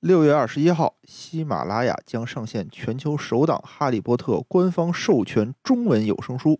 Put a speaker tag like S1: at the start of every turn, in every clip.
S1: 六月二十一号，喜马拉雅将上线全球首档《哈利波特》官方授权中文有声书，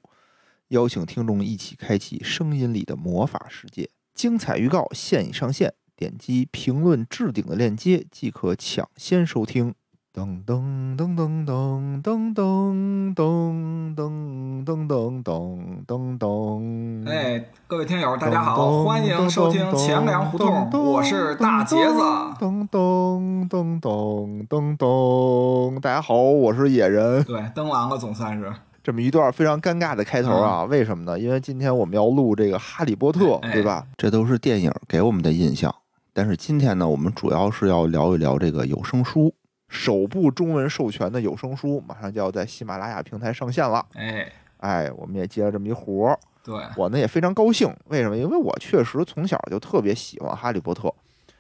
S1: 邀请听众一起开启声音里的魔法世界。精彩预告现已上线，点击评论置顶的链接即可抢先收听。噔噔噔噔噔噔噔噔噔噔噔噔噔噔。
S2: 哎，各位听友，大家好，欢迎收听钱粮胡同，我是大杰子。
S1: 咚咚咚咚咚咚，大家好，我是野人。
S2: 对，登完了总算是。
S1: 这么一段非常尴尬的开头
S2: 嗯
S1: 啊，为什么呢？因为今天我们要录这个《哈利波特》，
S2: 哎
S1: 对吧？这都是电影给我们的印象，但是今天呢，我们主要是要聊一聊这个有声书。首部中文授权的有声书马上就要在喜马拉雅平台上线了。
S2: 哎
S1: 哎，我们也接了这么一活儿。
S2: 对
S1: 我呢也非常高兴，为什么？因为我确实从小就特别喜欢《哈利波特》，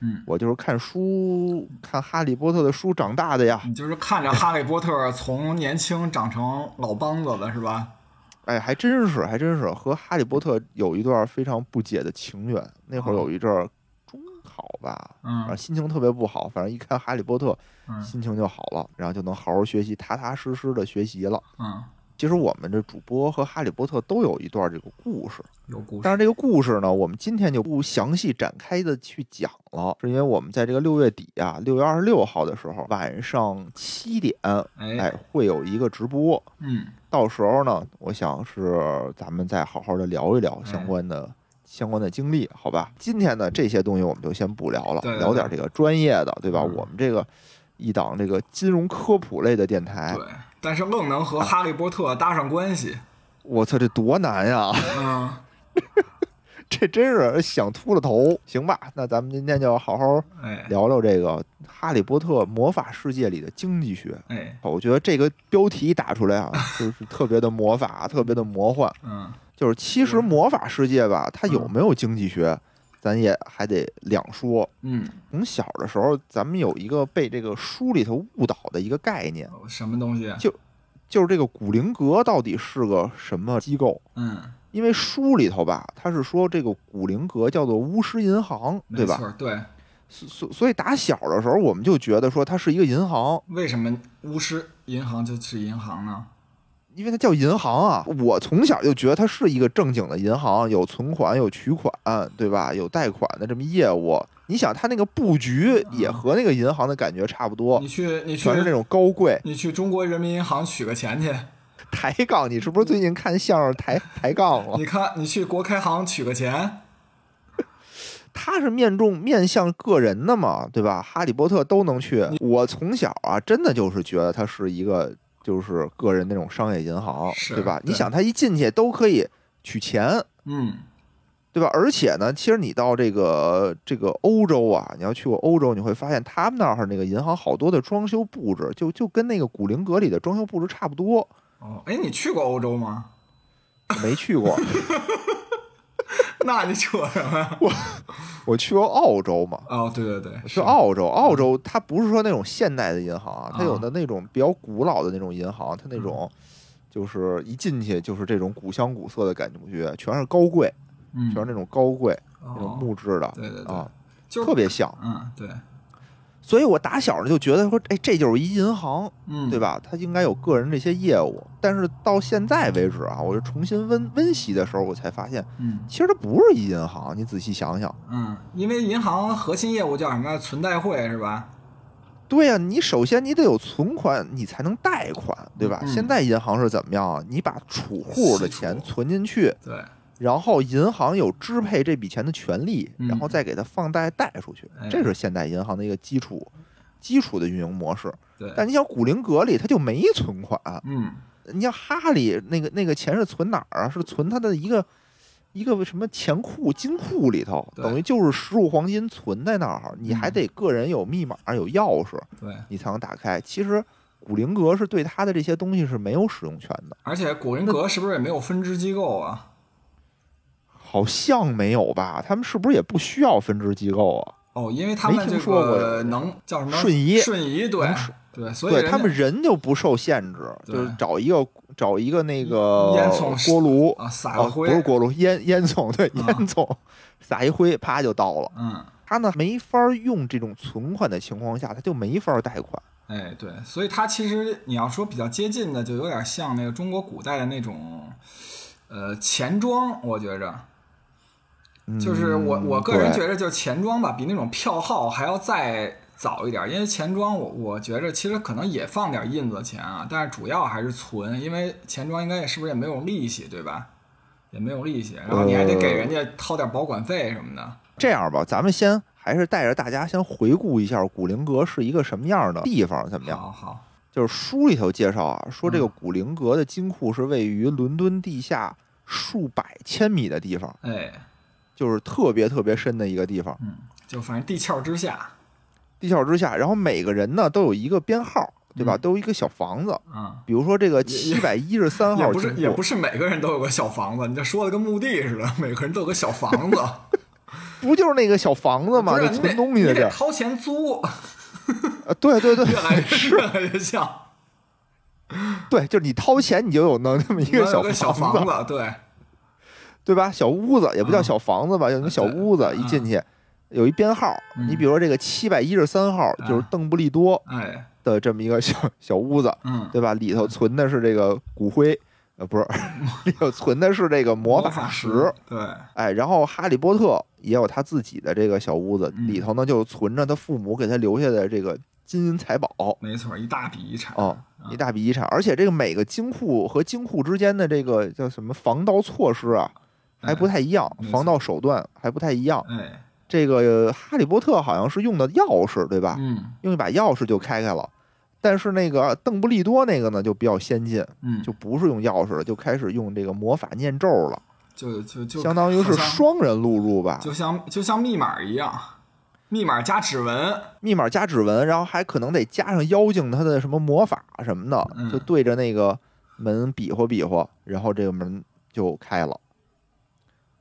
S2: 嗯，
S1: 我就是看书、看《哈利波特》的书长大的呀。
S2: 你就是看着哈利波特从年轻长成老梆子的是吧？
S1: 哎，还真是，还真是和《哈利波特》有一段非常不解的情缘。那会儿有一阵儿中考吧，然后
S2: 哦嗯
S1: 心情特别不好，反正一看《哈利波特》，
S2: 嗯
S1: 心情就好了，然后就能好好学习，踏踏实实的学习了。
S2: 嗯，
S1: 其实我们这主播和哈利波特都有一段这个故事，
S2: 有故事。
S1: 但是这个故事呢，我们今天就不详细展开的去讲了，是因为我们在这个六月底啊，六月二十六号的时候晚上七点，哎
S2: 哎，，
S1: 会有一个直播，
S2: 嗯，
S1: 到时候呢，我想是咱们再好好的聊一聊
S2: 嗯
S1: 相关的、相关的经历，好吧？今天呢，这些东西我们就先不聊了，
S2: 对对
S1: 聊点这个专业的，对吧？
S2: 嗯
S1: 我们这个一档这个金融科普类的电台，
S2: 对，但是愣能和哈利波特搭上关系。
S1: 我操，这多难呀！
S2: 嗯，
S1: 这真是想秃了头。行吧，那咱们今天就好好
S2: 哎
S1: 聊聊这个《哈利波特》魔法世界里的经济学。哦
S2: 哎，
S1: 我觉得这个标题一打出来啊，就是特别的魔法，特别的魔幻。
S2: 嗯，
S1: 就是其实魔法世界吧，它有没有经济学，咱也还得两说。
S2: 嗯，
S1: 从小的时候，咱们有一个被这个书里头误导的一个概念，
S2: 什么东西？
S1: 就是这个古灵阁到底是个什么机构？
S2: 嗯，
S1: 因为书里头吧，它是说这个古灵阁叫做巫师银行，对
S2: 没
S1: 吧？
S2: 错，对。
S1: 所所所以打小的时候，我们就觉得说它是一个银行，
S2: 为什么巫师银行就是银行呢？
S1: 因为它叫银行啊。我从小就觉得它是一个正经的银行，有存款、有取款，对吧？有贷款的这么业务。你想，它那个布局也和那个银行的感觉差不多
S2: 你，去，你去
S1: 全是那种高贵
S2: 你去中国人民银行取个钱去，
S1: 抬杠。你是不是最近看相声抬抬杠了？
S2: 你看你去国开行取个钱，
S1: 它是面中面向个人的嘛，对吧？哈利波特都能去。我从小啊，真的就是觉得它是一个就是个人那种商业银行，
S2: 是
S1: 对吧？
S2: 对
S1: 你想，它一进去都可以取钱，
S2: 嗯，
S1: 对吧？而且呢，其实你到这个这个欧洲啊，你要去过欧洲，你会发现他们那儿那个银行好多的装修布置，就就跟那个古灵阁里的装修布置差不多。
S2: 哦，哎，你去过欧洲吗？
S1: 我没去过，
S2: 那你扯什么呀？
S1: 我去过澳洲嘛，
S2: 哦，对对对，
S1: 去澳洲，澳洲它不是说那种现代的银行啊
S2: 嗯啊，嗯
S1: 它有的那种比较古老的那种银行，它那种就是一进去就是这种古香古色的感觉，全是高贵，
S2: 嗯
S1: 全是那种高贵那种
S2: 哦，
S1: 木质的
S2: 对对对，
S1: 啊，
S2: 就是
S1: 特别像。
S2: 嗯对，
S1: 所以我打小就觉得说，哎，这就是一银行，
S2: 嗯
S1: 对？吧？它应该有个人这些业务。但是到现在为止啊，我就重新温温习的时候，我才发现，
S2: 嗯
S1: 其实它不是一银行。你仔细想想，
S2: 嗯，因为银行核心业务叫什么？存贷会是吧？
S1: 对呀、你首先你得有存款，你才能贷款，对吧？
S2: 嗯
S1: 现在银行是怎么样啊？你把储户的
S2: 是
S1: 钱
S2: 储
S1: 存进去，
S2: 对，
S1: 然后银行有支配这笔钱的权利，
S2: 嗯
S1: 然后再给它放贷贷出去，
S2: 哎
S1: 这是现代银行的一个基础基础的运营模式。
S2: 对
S1: 但你想，古灵阁里它就没存款，
S2: 嗯，
S1: 你像哈利那个那个钱是存哪儿啊？是存他的一个一个什么钱库、金库里头，
S2: 对
S1: 等于就是实物黄金存在那儿，你还
S2: 嗯
S1: 得个人有密码、有钥匙，
S2: 对，
S1: 你才能打开。其实古灵阁是对他的这些东西是没有使用权的，
S2: 而且古人阁是不是也没有分支机构啊？
S1: 好像没有吧？他们是不是也不需要分支机构啊？
S2: 哦，因为他们
S1: 没
S2: 这
S1: 听说过
S2: 个能叫什么
S1: 瞬移
S2: 瞬移对
S1: 能瞬
S2: 对，所以
S1: 对
S2: 人
S1: 他
S2: 家
S1: 们人就不受限制，
S2: 对
S1: 就是找一个找一个那个
S2: 烟囱
S1: 锅炉。
S2: 啊撒
S1: 哦，
S2: 个
S1: 不
S2: 灰，
S1: 是锅炉，烟烟囱，对，
S2: 啊
S1: 烟囱，撒一灰，啪就到了。
S2: 嗯，
S1: 他呢没法用这种存款的情况下，他就没法贷款。
S2: 哎，对，所以它其实你要说比较接近的，就有点像那个中国古代的那种，呃，钱庄，我觉着。
S1: 嗯
S2: 就是我我个人觉得，就是钱庄吧，比那种票号还要再早一点，因为钱庄我我觉着其实可能也放点印子钱啊，但是主要还是存，因为钱庄应该也是不是也没有利息，对吧？也没有利息，然后你还得给人家掏点保管费什么的。
S1: 这样吧，咱们先还是带着大家先回顾一下古灵阁是一个什么样的地方，怎么样？
S2: 好嗯好，
S1: 就是书里头介绍啊，说这个古灵阁的金库是位于伦敦地下数百千米的地方，
S2: 哎。
S1: 就是特别特别深的一个地方，
S2: 嗯，就反正地壳之下，
S1: 地壳之下，然后每个人呢都有一个编号，对吧？
S2: 嗯
S1: 都有一个小房子，
S2: 嗯，
S1: 比如说这个七百一十三
S2: 也
S1: 号
S2: 不
S1: 金
S2: 是也
S1: 库
S2: 不，是每个人都有个小房子，你这说的跟墓地似的，每个人都有个小 房子，
S1: 不就是那个小房子吗？
S2: 不
S1: 就是
S2: 你
S1: 存
S2: 得
S1: 东西
S2: 你
S1: 的地
S2: 得
S1: 儿，
S2: 掏钱租，
S1: 啊对对对
S2: 越 来越越来越像
S1: 对，就是你掏钱你就有能 那么一
S2: 我有
S1: 个
S2: 个小
S1: 房
S2: 房，子，对，
S1: 对吧？小屋子也不叫小房子吧，有一个小屋子，
S2: 对
S1: 一进去有一编号，
S2: 嗯
S1: 你比如说这个七百一十三号就是
S2: 啊
S1: 邓布利多
S2: 哎，
S1: 的这么一个小小屋子，
S2: 嗯，
S1: 对吧？里头存的是这个骨灰，呃，不是，里头存的是这个魔法石。
S2: 石，对，
S1: 哎，然后哈利波特也有他自己的这个小屋子，
S2: 嗯
S1: 里头呢就存着他父母给他留下的这个金银财宝
S2: 没错，一大笔遗产，
S1: 哦，一大笔遗产。而且这个每个金库和金库之间的这个叫什么防盗措施啊，还不太一样
S2: 哎没，错
S1: 防盗手段还不太一样。
S2: 哎，
S1: 这个呃哈利波特好像是用的钥匙，对吧？
S2: 嗯
S1: 用一把钥匙就开开了。但是那个邓布利多那个呢，就比较先进，
S2: 嗯，
S1: 就不是用钥匙了，就开始用这个魔法念咒了，
S2: 就就就
S1: 相当于是
S2: 好像
S1: 双人录入吧，
S2: 就像就像密码一样，密码加指纹，
S1: 密码加指纹，然后还可能得加上妖精他的什么魔法什么的，
S2: 嗯
S1: 就对着那个门比划比划，然后这个门就开了。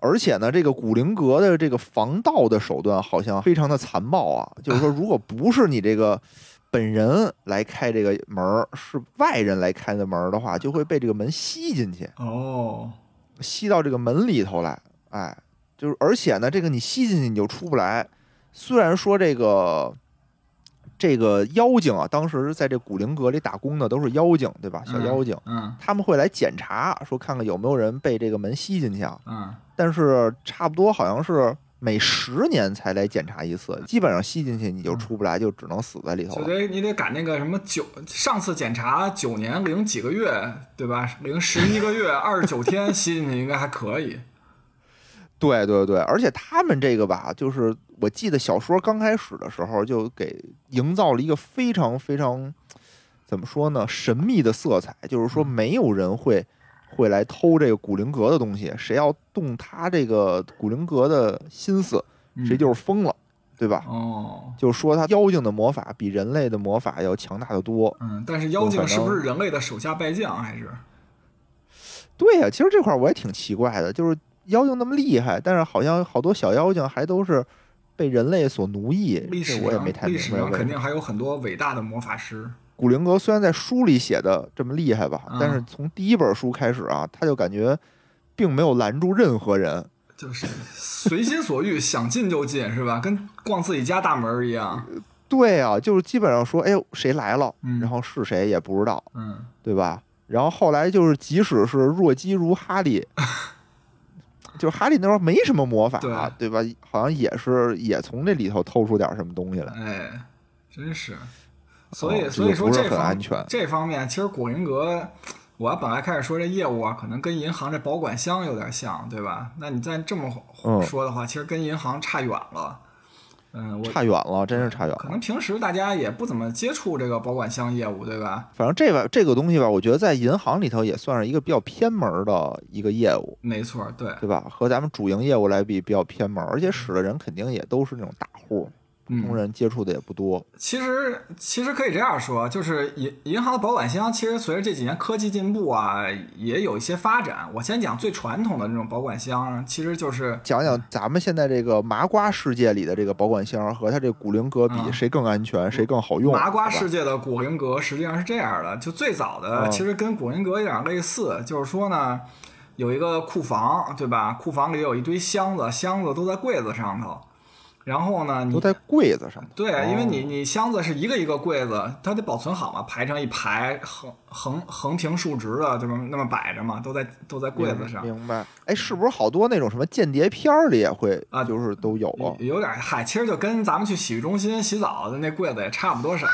S1: 而且呢，这个古灵阁的这个防盗的手段好像非常的残暴啊，就是说，如果不是你这个本人来开这个门儿，是外人来开的门儿的话，就会被这个门吸进去，
S2: 哦，
S1: 吸到这个门里头来，哎，就是而且呢，这个你吸进去你就出不来。虽然说这个这个妖精啊，当时在这古灵阁里打工的都是妖精，对吧？小妖精，
S2: 嗯
S1: 他们会来检查，说看看有没有人被这个门吸进去啊。
S2: 嗯，
S1: 但是差不多好像是每十年才来检查一次，基本上吸进去你就出不来，就只能嗯死在里头
S2: 就
S1: 了。
S2: 得你得赶那个什么九，上次检查九年零几个月，对吧？零十一个 月二十九天吸进去应该还可以。
S1: 对对对，而且他们这个吧，就是我记得小说刚开始的时候就给营造了一个非常非常怎么说呢神秘的色彩，就是说没有人会会来偷这个古灵阁的东西，谁要动他这个古灵阁的心思，
S2: 嗯
S1: 谁就是疯了，对吧？
S2: 哦，
S1: 就说他妖精的魔法比人类的魔法要强大的多。
S2: 嗯，但是妖
S1: 就
S2: 精
S1: 反
S2: 是不
S1: 正
S2: 是人类的手下败将？还是
S1: 对呀、其实这块儿我也挺奇怪的，就是妖精那么厉害，但是好像好多小妖精还都是被人类所奴役，
S2: 历史
S1: 这我也
S2: 上
S1: 没太
S2: 历
S1: 明
S2: 史
S1: 白为
S2: 上肯
S1: 什么。
S2: 定还有很多伟大的魔法师。
S1: 古灵阁虽然在书里写的这么厉害吧，
S2: 嗯
S1: 但是从第一本书开始啊，他就感觉并没有拦住任何人。
S2: 就是随心所欲，想进就进，是吧？跟逛自己家大门儿一样。
S1: 对啊，就是基本上说，哎呦，谁来了
S2: 嗯，
S1: 然后是谁也不知道，
S2: 嗯，
S1: 对吧？然后后来就是，即使是弱鸡如哈 利，就是哈利那时候没什么魔法，啊对吧？好像也是也从这里头偷出点什么东西来。
S2: 哎，真是。所以，
S1: 哦
S2: 所以说
S1: 这
S2: 这
S1: 个不是很
S2: 方
S1: 安全
S2: 这方面，其实古灵阁，我要本来开始说这业务啊，可能跟银行这保管箱有点像，对吧？那你再这么
S1: 嗯
S2: 说的话，其实跟银行差远了。嗯，我
S1: 差远了，真是差远
S2: 可
S1: 了。
S2: 能平时大家也不怎么接触这个保管箱业务，对吧？
S1: 反正这吧，这个东西吧，我觉得在银行里头也算是一个比较偏门的一个业务，
S2: 没错，对，
S1: 对吧？和咱们主营业务来比比较偏门，而且使的人肯定也都是那种大户，普通
S2: 嗯，
S1: 人接触的也不多。
S2: 其实其实可以这样说，就是银银行的保管箱，其实随着这几年科技进步啊，也有一些发展。我先讲最传统的那种保管箱，其实就是
S1: 讲讲咱们现在这个麻瓜世界里的这个保管箱和它这古灵阁比，
S2: 嗯
S1: 谁更安全，谁更好用？
S2: 麻瓜
S1: 好吧
S2: 世界的古灵阁实际上是这样的，就最早的
S1: 嗯
S2: 其实跟古灵阁有点类似，就是说呢，有一个库房，对吧？库房里有一堆箱子，箱子都在柜子上头。然后呢，你
S1: 都在柜子上。
S2: 对，
S1: 哦
S2: 因为你你箱子是一个一个柜子，它得保存好嘛，排成一排，横横横平竖直的，对吧？那么摆着嘛，都在都在柜子上。
S1: 明白？哎，是不是好多那种什么间谍片儿里也会
S2: 啊
S1: 就是都有啊？
S2: 有点嗨，其实就跟咱们去洗浴中心洗澡的那柜子也差不 多少，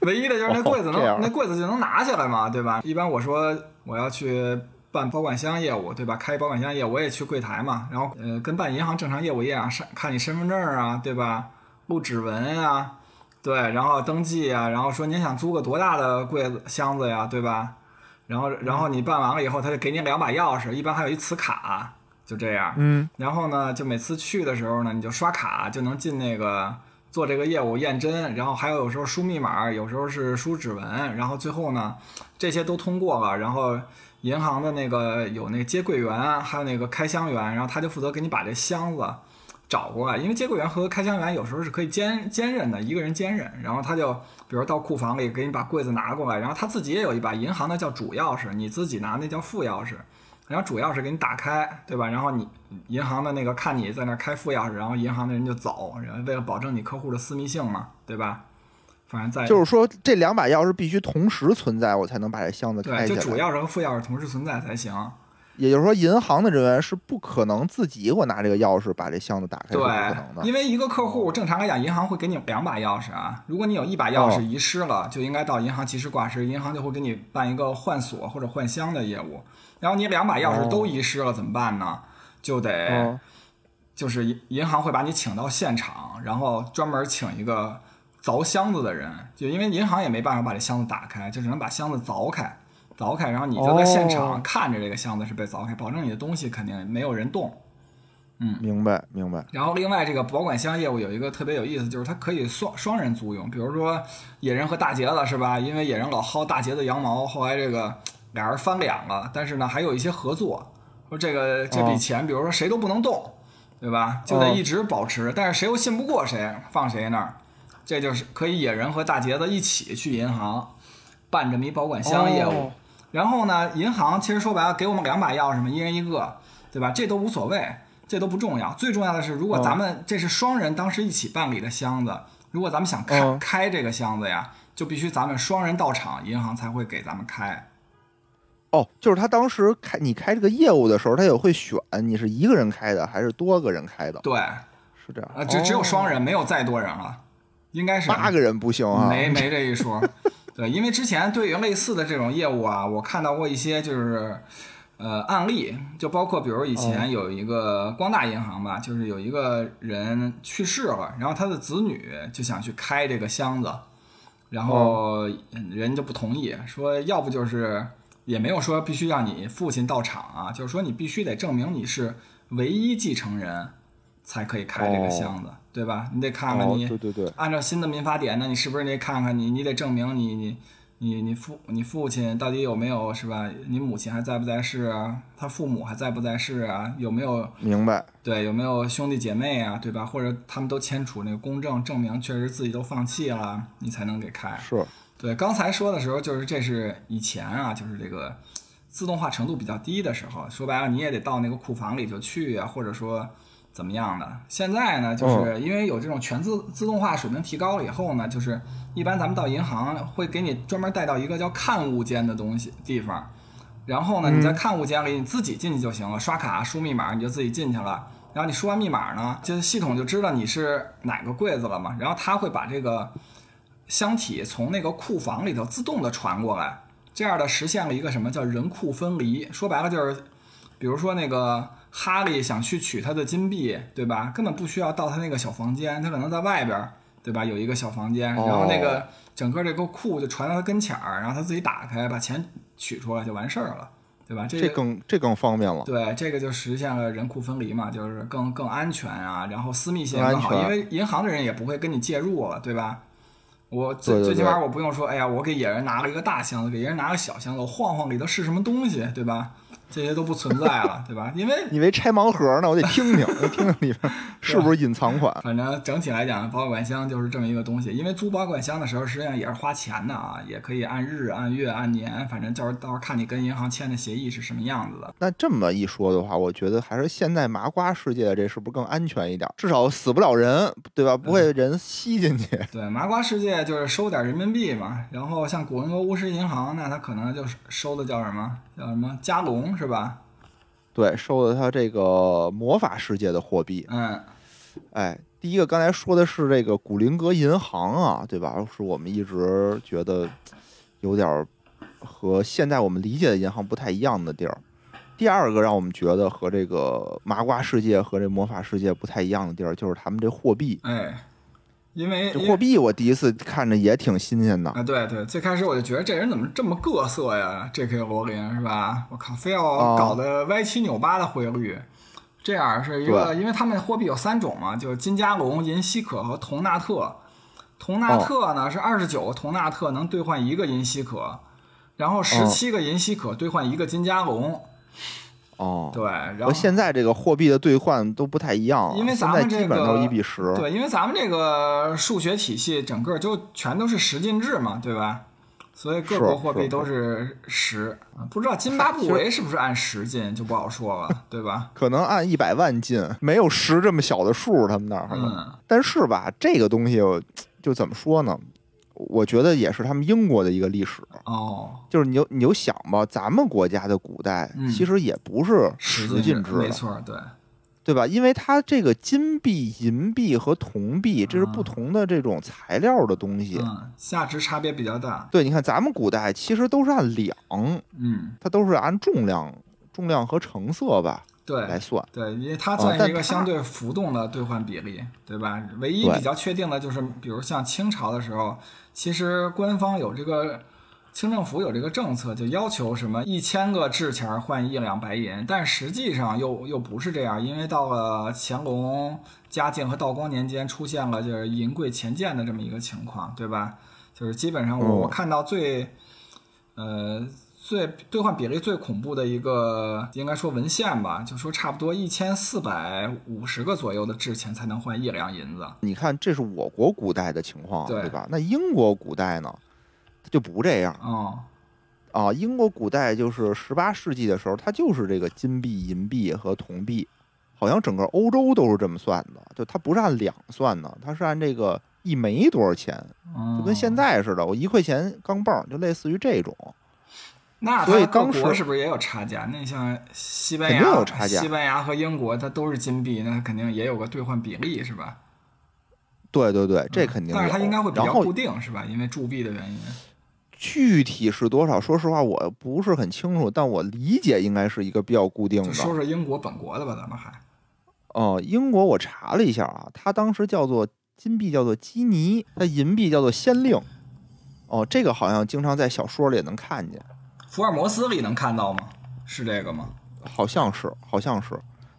S2: 唯一的就是那柜子能、
S1: 哦这样
S2: 那柜子就能拿下来嘛，对吧？一般我说我要去办保管箱业务，对吧？开保管箱业务，我也去柜台嘛，然后呃，跟办银行正常业务一样，上看你身份证啊，对吧？录指纹啊，对，然后登记啊，然后说您想租个多大的柜子箱子呀，对吧？然后然后你办完了以后，他就给你两把钥匙，一般还有一磁卡，就这样。
S1: 嗯，
S2: 然后呢，就每次去的时候呢，你就刷卡就能进那个做这个业务验真，然后还有有时候输密码，有时候是输指纹，然后最后呢，这些都通过了，然后银行的那个有那个接柜员，啊还有那个开箱员，然后他就负责给你把这箱子找过来，因为接柜员和开箱员有时候是可以兼兼任的，一个人兼任，然后他就比如到库房里给你把柜子拿过来，然后他自己也有一把银行的叫主钥匙，你自己拿那叫副钥匙。然后主钥匙给你打开，对吧？然后你银行的那个看你在那儿开副钥匙，然后银行的人就走，然后为了保证你客户的私密性嘛，对吧？反正在
S1: 就是说这两把钥匙必须同时存在，我才能把这箱子
S2: 对，
S1: 开
S2: 就
S1: 起
S2: 主
S1: 来。
S2: 钥匙和副钥匙同时存在才行。
S1: 也就是说，银行的人员是不可能自己我拿这个钥匙把这箱子打开，是不可能的。
S2: 对，因为一个客户正常来讲，银行会给你两把钥匙啊。如果你有一把钥匙
S1: 哦
S2: 遗失了，就应该到银行及时挂失，银行就会给你办一个换锁或者换箱的业务。然后你两把钥匙
S1: 哦
S2: 都遗失了，怎么办呢？就得、
S1: 嗯，
S2: 就是银银行会把你请到现场，然后专门请一个凿箱子的人，就因为银行也没办法把这箱子打开，就只能把箱子凿开，凿开，然后你就在现
S1: 哦
S2: 场看着这个箱子是被凿开，保证你的东西肯定没有人动。
S1: 明白明白。
S2: 然后另外这个保管箱业务有一个特别有意思，就是它可以双双人租用，比如说野人和大杰子是吧？因为野人老薅大杰子羊毛，后来这个俩人翻脸了，但是呢还有一些合作，说这个这笔钱，比如说谁都不能动，对吧？就得一直保持，但是谁又信不过谁，放谁那儿，这就是可以野人和大杰子一起去银行办这么一保管箱业务。
S1: 哦
S2: 然后呢，银行其实说白了给我们两把钥匙嘛，一人一个，对吧？这都无所谓，这都不重要。最重要的是，如果咱们这是双人当时一起办理的箱子，如果咱们想开、
S1: 嗯
S2: 开这个箱子呀，就必须咱们双人到场，银行才会给咱们开。
S1: 哦，就是他当时开你开这个业务的时候，他也会选你是一个人开的还是多个人开的，
S2: 对，
S1: 是这样。哦
S2: 呃，只只有双人，没有再多人了，应该是
S1: 八个人不行啊。
S2: 没没这一说。对，因为之前对于类似的这种业务啊，我看到过一些就是呃案例，就包括比如以
S1: 哦
S2: 前有一个光大银行吧，就是有一个人去世了，然后他的子女就想去开这个箱子，然后
S1: 哦
S2: 嗯人就不同意，说要不就是也没有说必须让你父亲到场啊，就是说你必须得证明你是唯一继承人才可以开这个
S1: 哦
S2: 箱子，对吧？你得看看
S1: 哦
S2: 你、，
S1: 对对对，
S2: 按照新的民法典呢，你是不是得看看你，你得证明你你你你父你父亲到底有没有是吧？你母亲还在不在世啊？他父母还在不在世啊？有没有
S1: 明白。
S2: 对有没有兄弟姐妹啊？对吧？或者他们都签署那个公证，证明确实自己都放弃了，你才能给开。
S1: 是，
S2: 对，刚才说的时候，就是这是以前啊，就是这个自动化程度比较低的时候，说白了你也得到那个库房里就去啊，或者说怎么样的。现在呢，就是因为有这种全自自动化水平提高了以后呢，就是一般咱们到银行会给你专门带到一个叫看物间的东西地方，然后呢，你在看物间里你自己进去就行了，刷卡输密码你就自己进去了。然后你输完密码呢，就系统就知道你是哪个柜子了嘛，然后它会把这个箱体从那个库房里头自动的传过来，这样的实现了一个什么叫人库分离？说白了就是，比如说那个哈利想去取他的金币，对吧？根本不需要到他那个小房间，他可能在外边儿，对吧？有一个小房间，
S1: 哦
S2: 然后那个整个这个库就传到他跟前儿，然后他自己打开把钱取出来就完事儿了，对吧？这
S1: 这
S2: 个
S1: 更这更方便了。
S2: 对，这个就实现了人库分离嘛，就是更更安全啊，然后私密性
S1: 更安
S2: 更好，
S1: 全
S2: 因为银行的人也不会跟你介入了，对吧？我最
S1: 对对
S2: 最起
S1: 对
S2: 码我不用说，哎呀，我给野人拿了一个大箱子，给野人拿个小箱子，我晃晃里头是什么东西，对吧？这些都不存在了，对吧？因为
S1: 你为拆盲盒呢，我得听 听，我听听里 边是不是隐藏款。
S2: 反正整体来讲，保管箱就是这么一个东西。因为租保管箱的时候，实际上也是花钱的啊，也可以按日、按月、按年，反正就是到时候看你跟银行签的协议是什么样子的。
S1: 那这么一说的话，我觉得还是现在麻瓜世界这是不是更安全一点？至少死不了人，对吧？不
S2: 嗯
S1: 会人吸进去。 嗯、
S2: 对，麻瓜世界就是收点人民币嘛。然后像古文国巫师银行，那它可能就是收的叫什么？叫什么？加龙是吧？
S1: 对，收的它这个魔法世界的货币。
S2: 嗯，
S1: 哎，第一个刚才说的是这个古灵阁银行啊，对吧？是我们一直觉得有点和现在我们理解的银行不太一样的地儿。第二个让我们觉得和这个麻瓜世界和这魔法世界不太一样的地儿，就是他们这货币。
S2: 哎。因为
S1: 货币，我第一次看着也挺新鲜的
S2: 啊！对对，最开始我就觉得这人怎么这么各色呀？J.K. 罗琳是吧？我靠，非要搞得歪七扭八的汇率，
S1: 哦、
S2: 这样是一个，因为他们货币有三种嘛，就是金加龙、银希可和铜纳特。铜纳特呢、
S1: 哦、
S2: 是二十九个铜纳特能兑换一个银希可，然后十七个银希可兑换一个金加龙。
S1: 哦，
S2: 对，然
S1: 后现在这个货币的兑换都不太一样了，啊
S2: 因为咱们这个
S1: 基本都一比十。
S2: 对，因为咱们这个数学体系整个就全都是十进制嘛，对吧？所以各国货币都
S1: 是
S2: 十，啊不知道津巴布韦是不是按十进就不好说了，对吧？
S1: 可能按一百万进，没有十这么小的数，他们那儿。
S2: 嗯，
S1: 但是吧，这个东西就怎么说呢？我觉得也是他们英国的一个历史
S2: 哦，
S1: 就是你就你就想吧，咱们国家的古代其实也不是
S2: 嗯十
S1: 进制、嗯，
S2: 没错，对
S1: 对吧？因为它这个金币、银币和铜币，这是不同的这种材料的东西，
S2: 啊嗯、价值差别比较大。
S1: 对，你看咱们古代其实都是按两，
S2: 嗯，
S1: 它都是按重量、重量和成色吧。
S2: 对，
S1: 来算
S2: 对，因为哦它算是一个相对浮动的兑换比例，哦、对吧？唯一比较确定的就是，比如像清朝的时候，其实官方有这个，清政府有这个政策，就要求什么一千个制钱换一两白银，但实际上又又不是这样，因为到了乾隆、嘉靖和道光年间，出现了就是银贵钱贱的这么一个情况，对吧？就是基本上我、
S1: 嗯、
S2: 我看到最，呃。最兑换比例最恐怖的一个，应该说文献吧，就说差不多一千四百五十个左右的制钱才能换一两银子。
S1: 你看，这是我国古代的情况，
S2: 对,
S1: 对吧？那英国古代呢，就不这样
S2: 啊、哦、
S1: 啊！英国古代就是十八世纪的时候，它就是这个金币、银币和铜币，好像整个欧洲都是这么算的，就它不是按两算的，它是按这个一枚多少钱，
S2: 哦
S1: 就跟现在似的，我一块钱钢镚，就类似于这种。
S2: 那
S1: 所以当
S2: 时是不是也有差价？那像西班
S1: 牙、有差价
S2: 西班牙和英国，它都是金币，那肯定也有个兑换比例，是吧？
S1: 对对对，这肯定、嗯。
S2: 但是它应该会比较固定，是吧？因为铸币的原因。
S1: 具体是多少？说实话，我不是很清楚，但我理解应该是一个比较固定的。
S2: 说说英国本国的吧，咱们还。
S1: 哦、呃，英国我查了一下啊，它当时叫做金币叫做基尼，它银币叫做先令。哦、呃，这个好像经常在小说里也能看见。
S2: 福尔摩斯里能看到吗？是这个吗？
S1: 好像是，好像是。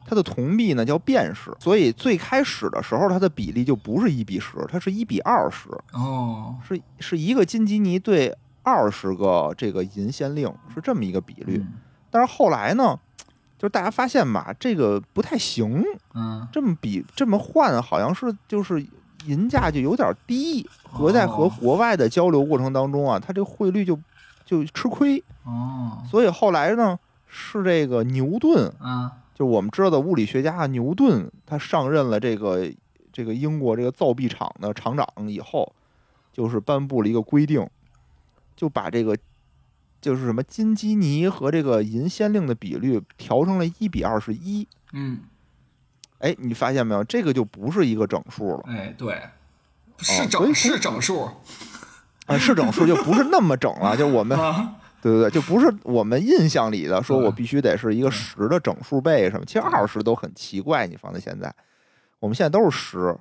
S1: 它的铜币呢叫便士，所以最开始的时候它的比例就不是一比十，它是一比二十。
S2: 哦，
S1: 是是一个金基尼对二十个这个银先令，是这么一个比率。
S2: 嗯、
S1: 但是后来呢，就是大家发现吧，这个不太行。
S2: 嗯，
S1: 这么比这么换，好像是就是银价就有点低，和在和国外的交流过程当中啊，它这个汇率就。就吃亏
S2: 哦，
S1: 所以后来呢，是这个牛顿，
S2: 嗯，
S1: 就我们知道的物理学家啊牛顿，他上任了这个这个英国这个造币厂的厂长以后，就是颁布了一个规定，就把这个就是什么金基尼和这个银先令的比率调成了一比二十一，
S2: 嗯，
S1: 哎，你发现没有，这个就不是一个整数了，
S2: 哎，对，是整、
S1: 哦、
S2: 是整数。
S1: 啊，是整数就不是那么整了，就 我们，
S2: 啊
S1: 对对对，就不是我们印象里的说，我必须得是一个十的整数倍什么。其实二十都很奇怪，你放在现在，我们现在都是十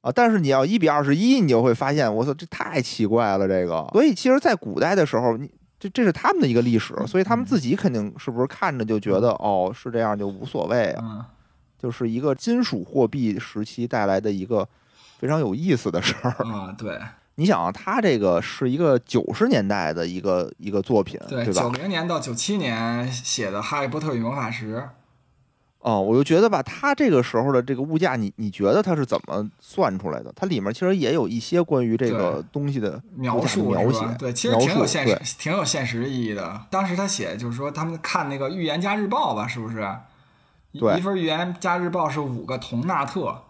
S1: 啊，但是你要一比二十一，你就会发现，我操，这太奇怪了，这个。所以其实，在古代的时候，你这这是他们的一个历史，所以他们自己肯定是不是看着就觉得哦是这样就无所谓啊，
S2: 嗯
S1: 就是一个金属货币时期带来的一个非常有意思的事儿
S2: 啊，对。
S1: 你想啊，他这个是一个九十年代的一个一个作品，对
S2: 对，
S1: 吧？
S2: 九零年到九七年写的《哈利波特与魔法石》，
S1: 哦，我就觉得吧，它这个时候的这个物价，你你觉得它是怎么算出来的？它里面其实也有一些关于这个东西的
S2: 描述
S1: 描
S2: 是
S1: 写
S2: 吧，对，其实
S1: 描
S2: 挺有
S1: 述
S2: 现
S1: 对
S2: 实，挺有现实意义的。当时他写就是说，他们看那个《预言家日报》吧，是不是？一
S1: 对
S2: 一份《预言家日报》是五个铜纳特。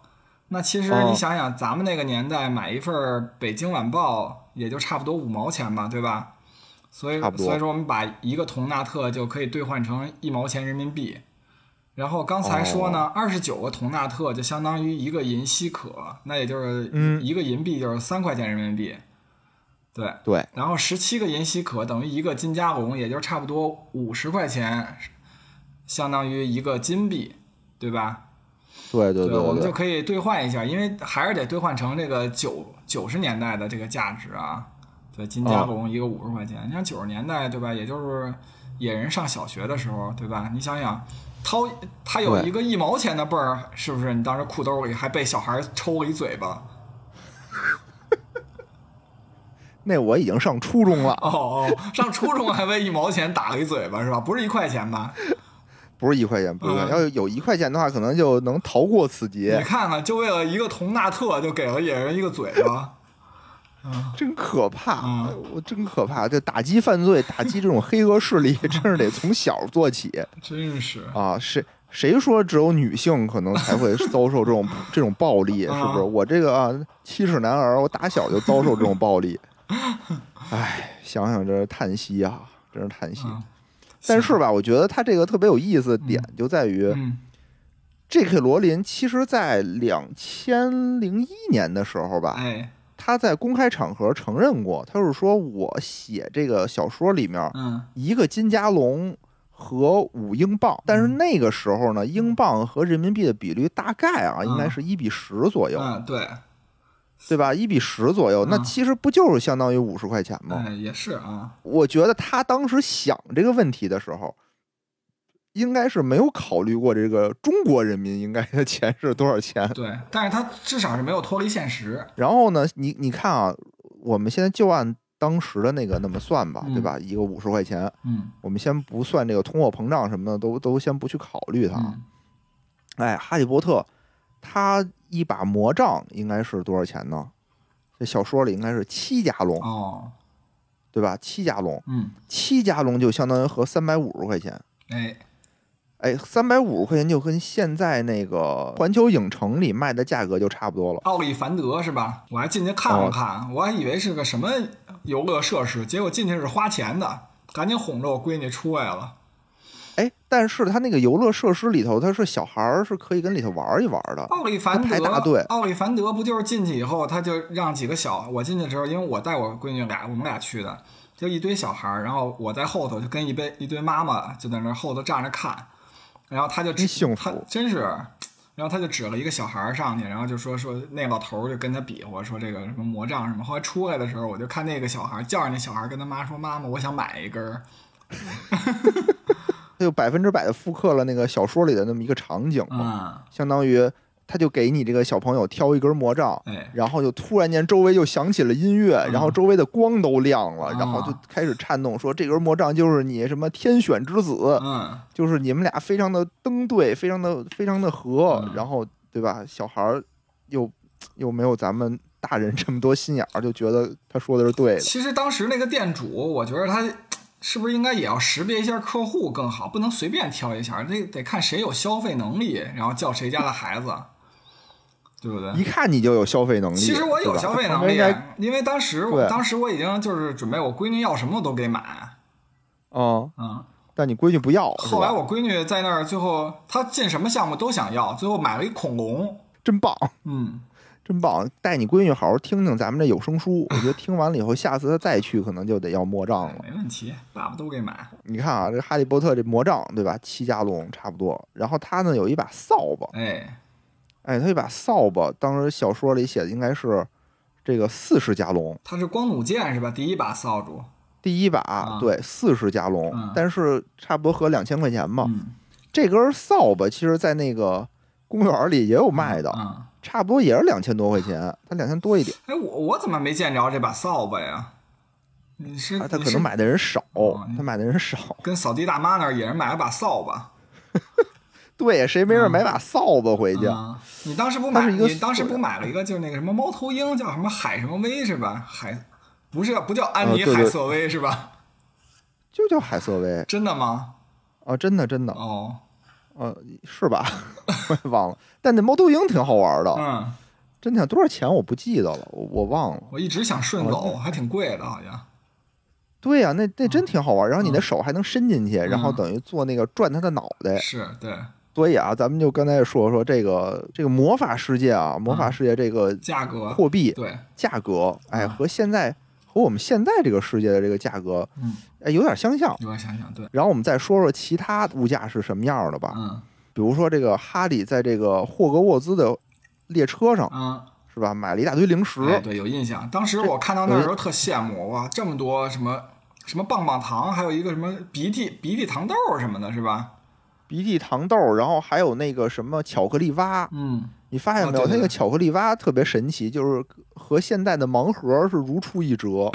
S2: 那其实
S1: 哦
S2: 你想想，咱们那个年代买一份《北京晚报》也就差不多五毛钱吧，对吧？所以
S1: 差不多
S2: 所以说我们把一个铜纳特就可以兑换成一毛钱人民币。然后刚才说呢，
S1: 哦
S2: 二十九个铜纳特就相当于一个银西可，那也就是
S1: 嗯
S2: 一个银币就是三块钱人民币。对，
S1: 对，
S2: 然后十七个银西可等于一个金加龙，也就是差不多五十块钱，相当于一个金币，对吧？
S1: 对对
S2: 我们就
S1: 对，
S2: 可以兑换一下，因为还是得兑换成这个九九十年代的这个价值啊。对，金
S1: 哦
S2: 加龙一个五十块钱，你像九十年代对吧？也就是野人上小学的时候对吧？你想想，掏他有
S1: 对
S2: 一个一毛钱的泵儿，是不是？你当时裤兜里还被小孩抽了一嘴巴。
S1: 那我已经上初中了，
S2: 哦哦，上初中还为一毛钱打了一嘴巴是吧？不是一块钱吧？
S1: 不是一块钱，不是一块钱，
S2: 嗯
S1: 要有一块钱的话，可能就能逃过此
S2: 你
S1: 劫，
S2: 看看，就为了一个铜纳特，就给了野人一个嘴巴。
S1: 真可怕
S2: 嗯，
S1: 我真可怕！这打击犯罪，打击这种黑恶势 力，真是得从小做起
S2: 真是，
S1: 啊！谁谁说只有女性可能才会遭受这 种这种暴力？是不是？
S2: 嗯
S1: 我这个啊，七尺男儿，我打小就遭受这种暴 力，唉，想想真是叹息啊，真是叹息。
S2: 嗯
S1: 但是吧，我觉得他这个特别有意思的点就在于，
S2: 嗯
S1: J.K. 罗琳其实，在两千零一年的时候吧，
S2: 哎
S1: 他在公开场合承认过，他就是说我写这个小说里面
S2: 嗯
S1: 一个金加龙和五英镑，但
S2: 嗯
S1: 是那个时候呢，英镑和人民币的比率大概啊，
S2: 嗯
S1: 应该是一比十左右，
S2: 嗯对，
S1: 哦对吧？一比十左右，那
S2: 嗯
S1: 其实不就是相当于五十块钱吗？
S2: 哎也是啊，
S1: 我觉得他当时想这个问题的时候。应该是没有考虑过这个中国人民应该的钱是多少钱，
S2: 对，但是他至少是没有脱离现实，
S1: 然后呢，你你看啊，我们现在就按当时的那个那么算吧，
S2: 嗯
S1: 对吧？一个五十块钱，
S2: 嗯
S1: 我们先不算这个通货膨胀什么的，都都先不去考虑它。啊
S2: 嗯
S1: 哎，哈利波特他一把魔杖应该是多少钱呢？这小说里应该是七加龙，
S2: 哦
S1: 对吧？七加龙，
S2: 嗯
S1: 七加龙就相当于合三百五十块钱。
S2: 哎
S1: 哎，三百五十块钱就跟现在那个环球影城里卖的价格就差不多了。
S2: 奥利凡德是吧？我还进去
S1: 哦
S2: 看了看，我还以为是个什么游乐设施，结果进去是花钱的，赶紧哄着我闺女出来了。
S1: 哎，但是它那个游乐设施里头，它是小孩儿是可以跟里头玩一玩的。
S2: 奥利凡
S1: 他
S2: 德
S1: 排大队
S2: 奥利凡德不就是进去以后，他就让几个小我进去的时候，因为我带我闺女俩，我们俩去的，就一堆小孩儿，然后我在后头就跟一堆一堆妈妈就在那儿后头站着看，然后他就指
S1: 真幸
S2: 他
S1: 福
S2: 真是，然后他就指了一个小孩儿上去，然后就说说那老头儿就跟他比划说这个什么魔杖什么，后来出来的时候，我就看那个小孩儿叫着那小孩儿跟他妈说妈妈，我想买一根儿，
S1: 它就百分之百的复刻了那个小说里的那么一个场景嘛，
S2: 嗯，
S1: 相当于他就给你这个小朋友挑一根魔杖，
S2: 哎，
S1: 然后就突然间周围就响起了音乐，然后周围的光都亮了，然后就
S2: 嗯啊
S1: 开始颤动说这根魔杖就是你什么天选之子，
S2: 嗯，
S1: 就是你们俩非常的登对，非常的非常的合，
S2: 嗯
S1: 然后对吧？小孩儿又又没有咱们大人这么多心眼儿，就觉得他说的是对的。
S2: 其实当时那个店主，我觉得他是不是应该也要识别一下客户更好，不能随便挑一下，这得看谁有消费能力，然后叫谁家的孩子，对不对？
S1: 一看你就有消费能力，
S2: 其实我有
S1: 对吧
S2: 消费
S1: 他
S2: 能
S1: 们
S2: 力啊
S1: 应该，
S2: 因为当时我
S1: 对啊
S2: 当时我已经就是准备我闺女要什么我都给买，
S1: 嗯，
S2: 嗯。
S1: 但你闺女不要，是
S2: 后来
S1: 吧？
S2: 我闺女在那儿，最后她进什么项目都想要，最后买了一恐龙，
S1: 真棒。
S2: 嗯，
S1: 真棒！带你闺女好好听听咱们这有声书，我觉得听完了以后，下次她再去可能就得要魔杖了。
S2: 没问题，爸爸都给买，
S1: 你看啊，这哈利波特这魔杖对吧？七加龙差不多。然后他呢有一把扫把，
S2: 哎，
S1: 哎，他有一把扫把，当时小说里写的应该是这个四十加龙，
S2: 她是光弩箭是吧？第一把扫帚，
S1: 第一把、
S2: 啊
S1: 对四十加龙，
S2: 嗯
S1: 但是差不多合两千块钱嘛。
S2: 嗯，
S1: 这根扫把其实在那个公园里也有卖的，
S2: 嗯，
S1: 差不多也是两千多块钱，它两千多一点。
S2: 哎，我我怎么没见着这把扫把呀？你是
S1: 啊他他
S2: 你
S1: 可
S2: 是
S1: 能买的人少
S2: 哦，
S1: 他买的人少。
S2: 跟扫地大妈那儿也是买了把扫把
S1: 对，谁没事
S2: 嗯
S1: 买把扫把回去？
S2: 啊？你当时不
S1: 它
S2: 买？
S1: 是一个
S2: 你当时
S1: 塑料
S2: 不买了一个就是那个什么猫头鹰，叫什么海什么威是吧？海不是不叫
S1: 啊
S2: 安妮
S1: 对对
S2: 海瑟薇是吧？
S1: 就叫海瑟薇
S2: 真的吗？
S1: 啊，真的真的，
S2: 哦，
S1: 呃，是吧？ 我也忘了。但那猫头鹰挺好玩的，
S2: 嗯，
S1: 真的多少钱我不记得了，我我忘了。
S2: 我一直想
S1: 哦
S2: 顺走，还挺贵的，好像。
S1: 对呀、那那
S2: 嗯
S1: 真挺好玩。然后你的手还能伸进去，然后等于做那个转它的脑袋。
S2: 是对
S1: 所以啊，咱们就刚才说说这个这个魔法世界啊，魔法世界这个
S2: 价格，
S1: 货币
S2: 对，
S1: 价格，哎，
S2: 嗯
S1: 和现在和我们现在这个世界的这个价格，
S2: 嗯，
S1: 哎，有点相像。
S2: 有点想想，对，
S1: 然后我们再说说其他物价是什么样的吧，
S2: 嗯
S1: 比如说这个哈利在这个霍格沃兹的列车上
S2: 嗯，
S1: 是吧，买了一大堆零
S2: 哎，
S1: 食，
S2: 对，有印象。当时我看到那
S1: 嗯
S2: 儿的时候特羡慕，哇，这么多什么什么棒棒糖，还有一个什么鼻涕鼻涕糖豆儿什么的，是吧？
S1: 鼻涕糖豆，然后还有那个什么巧克力蛙，
S2: 嗯，
S1: 你发现没
S2: 啊
S1: 有？
S2: 对对
S1: 那个
S2: 对
S1: 巧克力蛙特别神奇，就是和现在的盲盒是如出一 辙，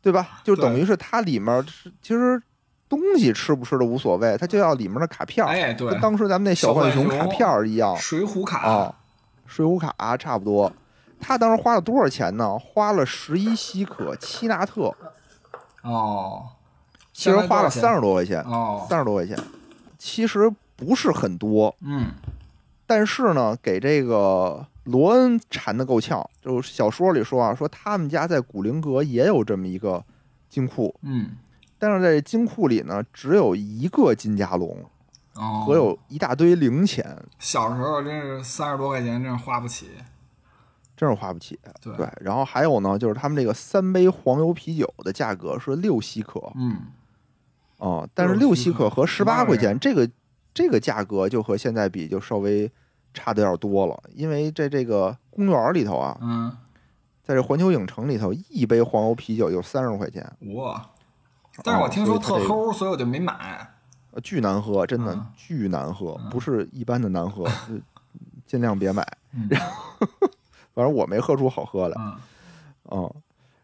S1: 对吧？就等于是它里面是其实东西吃不吃的无所谓，它就要里面的卡片儿，
S2: 哎，对
S1: 跟，当时咱们那小浣熊卡片儿一样
S2: 水浒卡，
S1: 啊，水浒卡差不多。他当时花了多少钱呢？花了十一西可七纳特，
S2: 哦
S1: 其实花了
S2: 相
S1: 三十多块钱，
S2: 哦，
S1: 三十多块钱，其实不是很多，
S2: 嗯，
S1: 但是呢，给这个罗恩馋得够呛。就是小说里说啊，说他们家在古灵阁也有这么一个金库，
S2: 嗯，
S1: 但是在金库里呢，只有一个金家龙
S2: 哦，
S1: 和有一大堆零钱，
S2: 小时候真是三十多块钱，真是花不起。
S1: 真是花不起。
S2: 对
S1: 对，然后还有呢，就是他们这个三杯黄油啤酒的价格是六西可
S2: 嗯，
S1: 啊、但是
S2: 六
S1: 六
S2: 西
S1: 西
S2: 可
S1: 可和十八
S2: 18
S1: 块钱这个这个价格就和现在比就稍微差的有点多了，因为在这个公园里头啊，
S2: 嗯，
S1: 在这环球影城里头，一杯黄油啤酒就三十块钱，
S2: 我，但是我听说特
S1: 哦所以它这个
S2: 齁，所以我就没买。
S1: 呃巨难喝，真的
S2: 嗯
S1: 巨难喝，
S2: 嗯
S1: 不是一般的难 喝，就尽量别买。
S2: 嗯
S1: 反正我没喝出好喝来，
S2: 嗯
S1: 嗯。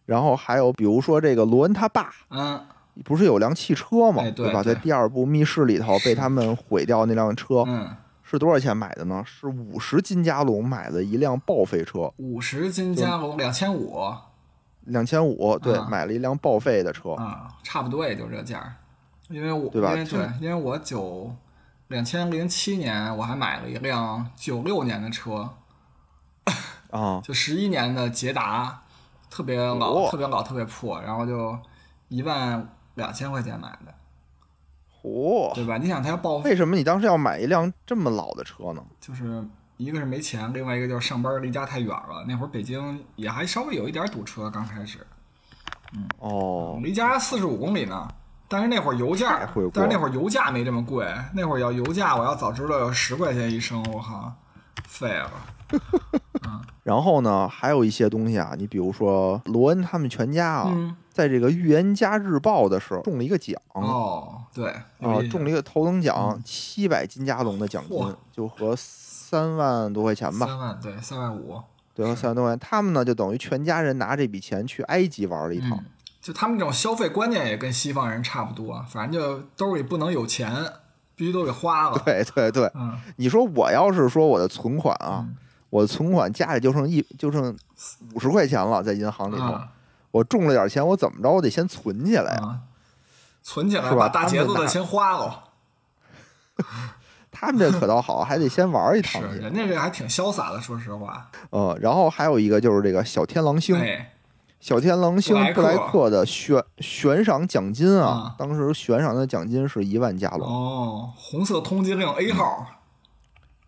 S1: 然后还有比如说这个罗恩他爸，
S2: 嗯，
S1: 不是有辆汽车吗？
S2: 哎对
S1: 吧？
S2: 对
S1: 在第二部密室里头被他们毁掉那辆车
S2: 嗯，
S1: 是多少钱买的呢？是五十金加龙买的一辆报废车，
S2: 五十斤加我两千五
S1: 两千五，对，
S2: 啊
S1: 买了一辆报废的车。
S2: 啊，差不多也就这价儿。因为我
S1: 对吧
S2: 因为
S1: 这
S2: 对，因为我九两千零七年我还买了一辆九六年的车，
S1: 啊，
S2: 就十一年的捷达，特别老，
S1: 哦
S2: 特别老，特别破，然后就一万两千块钱买的，
S1: 嚯、
S2: 对吧？你想它要报废，
S1: 为什么你当时要买一辆这么老的车呢？
S2: 就是一个是没钱，另外一个就是上班离家太远了。那会儿北京也还稍微有一点堵车，刚开始
S1: 哦，
S2: 离家四十五公里呢。但是那会儿油价
S1: 太会过，
S2: 但是那会儿油价没这么贵。那会儿要油价，我要早知道有十块钱一升，我靠，废了。
S1: 啊然后呢，还有一些东西啊，你比如说罗恩他们全家啊，
S2: 嗯，
S1: 在这个《预言家日报》的时候中了一个奖、
S2: 哦，对，
S1: 啊，嗯中
S2: 力
S1: 了一个头等奖，七百金加龙的奖金
S2: 嗯嚯，
S1: 就合三万多块钱吧，
S2: 三万，对，三万五。
S1: 对，和三万多块钱。他们呢，就等于全家人拿这笔钱去埃及玩了一趟。
S2: 嗯就他们这种消费观念也跟西方人差不多，啊反正就兜里不能有钱，必须都给花 了。
S1: 对对对，
S2: 嗯，
S1: 你说我要是说我的存款啊，
S2: 嗯
S1: 我的存款家里就剩一就剩五十块钱了，在银行里头，
S2: 啊
S1: 我中了点钱，我怎么着我得先存起来啊。
S2: 啊，存起来
S1: 是吧
S2: 把大节奏的钱花了。
S1: 他们这可倒好，还得先玩一
S2: 是
S1: 趟，去。
S2: 人家这还挺潇洒的，说实话。
S1: 嗯，然后还有一个就是这个小天狼星，
S2: 哎，
S1: 小天狼星
S2: 布莱克
S1: 布莱克的悬悬赏奖金啊
S2: 啊，
S1: 当时悬赏的奖金是一万加龙，
S2: 哦，红色通缉令 A 号，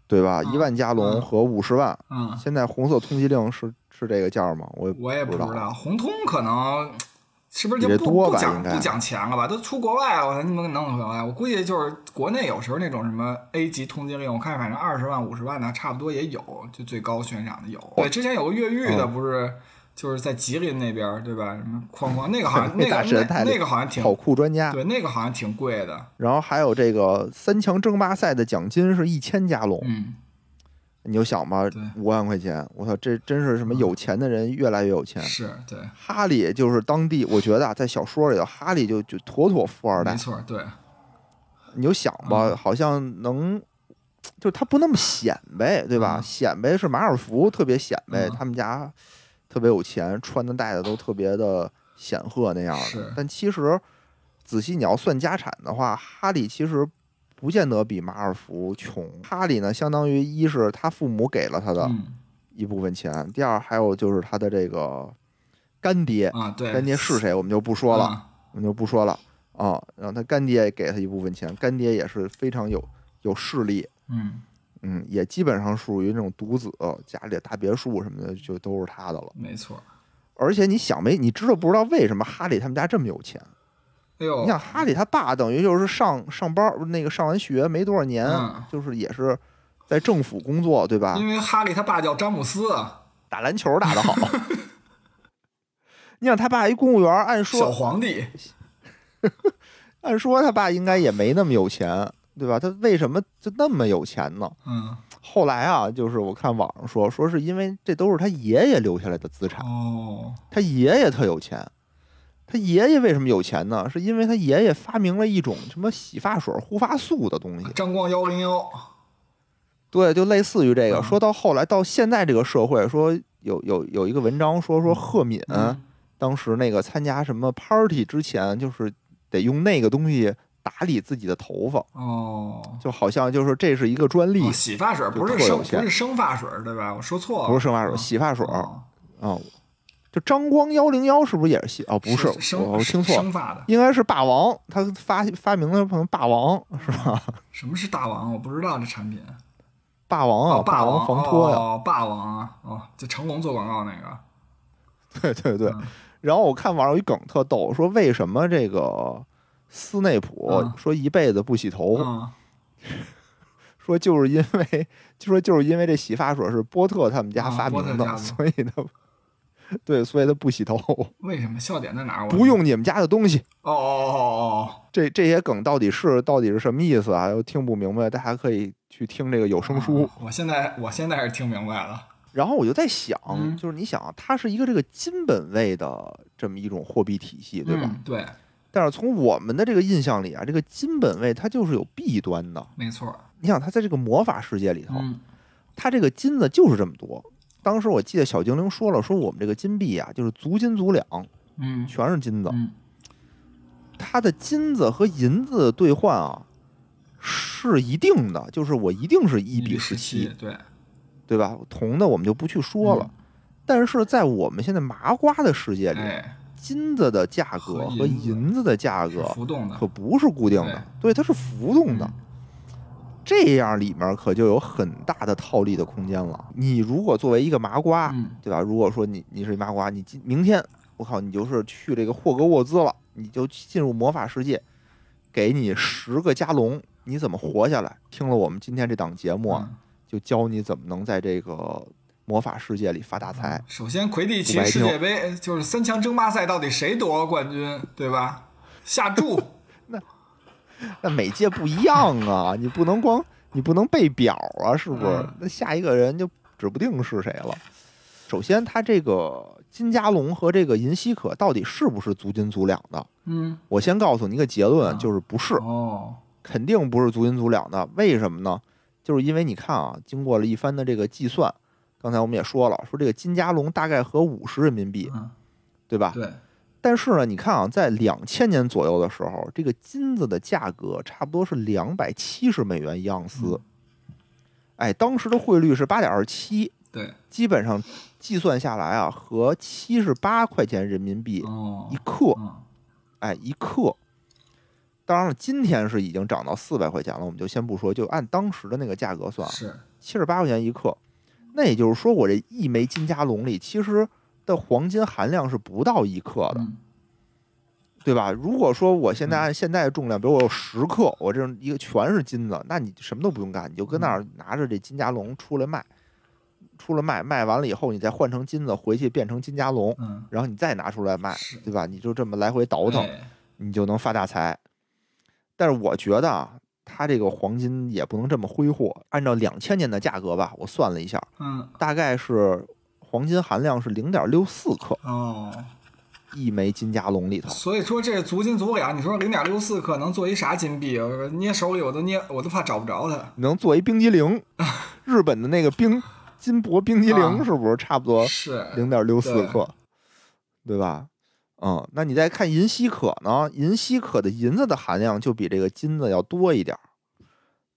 S1: 对吧？
S2: 嗯
S1: 一万加龙和五十万。
S2: 嗯，
S1: 现在红色通缉令是是这个价儿吗？我
S2: 我也
S1: 不
S2: 不
S1: 知
S2: 知
S1: 道。
S2: 道，红通可能是不是
S1: 比
S2: 就
S1: 这
S2: 不
S1: 多
S2: 不
S1: 吧
S2: 讲
S1: 应该
S2: 不讲钱了吧？都出国外了，我才能弄回来。我估计就是国内有时候那种什么 A 级通缉令，我看反正二十万、五十万的差不多也有，就最高悬赏的有。
S1: 哦
S2: 对，之前有个越狱的，不是就是在吉林那边对吧？什么哐哐，那个 好像
S1: 那
S2: 那
S1: 大
S2: 个
S1: 神
S2: 那
S1: 太厉
S2: 那个好像挺
S1: 跑酷专家，
S2: 对，那个好像挺贵的。
S1: 然后还有这个三强争霸赛的奖金是一千加龙，
S2: 嗯，
S1: 你就想吧
S2: 对，嗯
S1: 五万块钱，我操，这真是什么有钱的人越来越有钱。
S2: 是对，
S1: 哈利就是当地，我觉得啊，在小说里头，哈利就就妥妥富二代
S2: 没。错，嗯对，
S1: 你就想吧，好像能，就是他不那么显摆，对吧？
S2: 嗯
S1: 显摆是马尔福特别显摆，
S2: 嗯
S1: 他们家特别有钱，穿的戴的都特别的显赫那样的
S2: 是。
S1: 但其实仔细你要算家产的话，哈利其实不见得比马尔福穷。哈利呢，相当于一是他父母给了他的
S2: 嗯
S1: 一部分钱，第二还有就是他的这个干爹，
S2: 啊，对，
S1: 干爹是谁我们就不说了。
S2: 嗯
S1: 我们就不说了啊。然后他干爹也给他一部分钱，干爹也是非常有有势力，
S2: 嗯，
S1: 嗯，也基本上属于那种独子，家里的大别墅什么的就都是他的了。
S2: 没错。
S1: 而且你想没，你知道不知道为什么哈利他们家这么有钱？
S2: 哎呦，
S1: 你想哈利他爸等于就是上上班儿，不是那个上完学没多少年，
S2: 嗯
S1: 就是也是在政府工作，对吧？
S2: 因为哈利他爸叫詹姆斯，啊
S1: 打篮球打得 好。你想他爸一公务员，按说
S2: 小皇帝，
S1: 按说他爸应该也没那么有钱，对吧？他为什么就那么有钱呢？
S2: 嗯，
S1: 后来啊，就是我看网上说，说是因为这都是他爷爷留下来的资产，
S2: 哦，
S1: 他爷爷特有钱。他爷爷为什么有钱呢？是因为他爷爷发明了一种什么洗发水、护发素的东西，
S2: 张光幺零幺，
S1: 对，就类似于这个。
S2: 嗯
S1: 说到后来，到现在这个社会，说有有有一个文章说说赫敏、
S2: 嗯，
S1: 当时那个参加什么 party 之前，就是得用那个东西打理自己的头发，
S2: 哦，
S1: 就好像就是这是一个专利，
S2: 哦洗发水不
S1: 就特有
S2: 是生
S1: 钱
S2: 不是生发水对吧？我说错了，
S1: 不是生发水，
S2: 嗯
S1: 洗发水啊、
S2: 哦
S1: 就张光幺零幺是不是也是洗？哦，不是，
S2: 生
S1: 我我听错了，
S2: 生发的。
S1: 应该是霸王，他发发明了可能霸王是吧？
S2: 什么是大王？我不知道这产品。
S1: 啊霸王啊，
S2: 哦，霸
S1: 王防脱呀、
S2: 哦，霸王啊，哦，就成龙做广告那个。
S1: 对对对
S2: 嗯。
S1: 然后我看网上有一梗特逗，说为什么这个斯内普
S2: 嗯
S1: 说一辈子不洗头？
S2: 嗯，
S1: 说就是因为， 就说就是因为这洗发水是波特他们家
S2: 啊
S1: 发
S2: 波特
S1: 明的，
S2: 家哦的
S1: 所以他对，所以他不洗头，
S2: 为什么笑点在哪儿？我
S1: 不。用你们家的东西。
S2: 哦哦哦
S1: 这这些梗到底是到底是什么意思啊？又听不明白，大家可以去听这个有
S2: 哦，
S1: 声书。
S2: 啊我现在我现在是听明白了。
S1: 然后我就在想，
S2: 嗯
S1: 就是你想啊，它是一个这个金本位的这么一种货币体系，对吧？
S2: 嗯对，
S1: 但是从我们的这个印象里啊，这个金本位它就是有弊端的。
S2: 没错。
S1: 你想，它在这个魔法世界里头，
S2: 嗯
S1: 它这个金子就是这么多。当时我记得小精灵说了，说我们这个金币啊，就是足金足两，
S2: 嗯
S1: 全是金子。
S2: 嗯，
S1: 它的金子和银子的兑换啊，是一定的，就是我一定是一比十
S2: 十
S1: 七，
S2: 对，
S1: 对吧？铜的我们就不去说了。但是在我们现在麻瓜的世界里，
S2: 嗯哎，
S1: 金子的价格和
S2: 和银子
S1: 银子的价
S2: 是
S1: 格
S2: 浮动的哎嗯
S1: 可，不是固定的，对，它是浮动的。这样里面可就有很大的套利的空间了。你如果作为一个麻瓜，
S2: 嗯
S1: 对吧？如果说你你是一麻瓜，你今明天我靠，你就是去这个霍格沃兹了，你就进入魔法世界，给你十个加龙，你怎么活下来？听了我们今天这档节目啊，
S2: 嗯
S1: 就教你怎么能在这个魔法世界里发大财。
S2: 首先，魁地
S1: 五
S2: 奇
S1: 百
S2: 世
S1: 六
S2: 界杯就是三强争霸赛，到底谁夺冠军，对吧？下 注嗯
S1: 那每届不一样啊，你不能光你不能背表啊，是不是
S2: 嗯？
S1: 那下一个人就指不定是谁了。首先，他这个金加龙和这个银稀可到底是不是足金足两的？
S2: 嗯，
S1: 我先告诉你一个结论，
S2: 啊
S1: 就是不是，
S2: 哦，
S1: 肯定不是足金足两的。为什么呢？就是因为你看啊，经过了一番的这个计算，刚才我们也说了，说这个金加龙大概合五十人民币，
S2: 嗯，
S1: 对吧？
S2: 对，
S1: 但是呢，你看啊，在两千年左右的时候，这个金子的价格差不多是两百七十美元一盎司。哎，当时的汇率是八点二七，
S2: 对，
S1: 基本上计算下来啊，合七十八块钱人民币
S2: 哦
S1: 一，克。
S2: 嗯，
S1: 哎，一克。当然了，今天是已经涨到四百块钱了，我们就先不说，就按当时的那个价格算啊，
S2: 是，
S1: 七十八块钱一克。那也就是说，我这一枚金加龙里其实的黄金含量是不到一克的。
S2: 嗯，
S1: 对吧？如果说我现在按现在的重量，比如我有十克，我这种一个全是金子，那你什么都不用干，你就跟那
S2: 嗯
S1: 儿拿着这金加龙出来卖，出来卖，卖完了以后你再换成金子回去变成金加龙，
S2: 嗯，
S1: 然后你再拿出来卖
S2: 是，
S1: 对吧？你就这么来回倒腾，
S2: 哎
S1: 你就能发大财。但是我觉得啊，它这个黄金也不能这么挥霍。按照两千年的价格吧，我算了一下，
S2: 嗯，
S1: 大概是黄金含量是零点六四克，
S2: 哦，
S1: 一枚金加龙 里头。
S2: 所以说这足斤足两，你说零点六四克能做一啥金币？我捏手里我都捏，我都怕找不着它。
S1: 能做一冰激凌，日本的那个冰金箔冰激凌
S2: 啊
S1: 是不是差不多
S2: 是，
S1: 零点六四
S2: 对
S1: 克，对吧？嗯，那你再看银稀可呢？银稀可的银子的含量就比这个金子要多一点儿。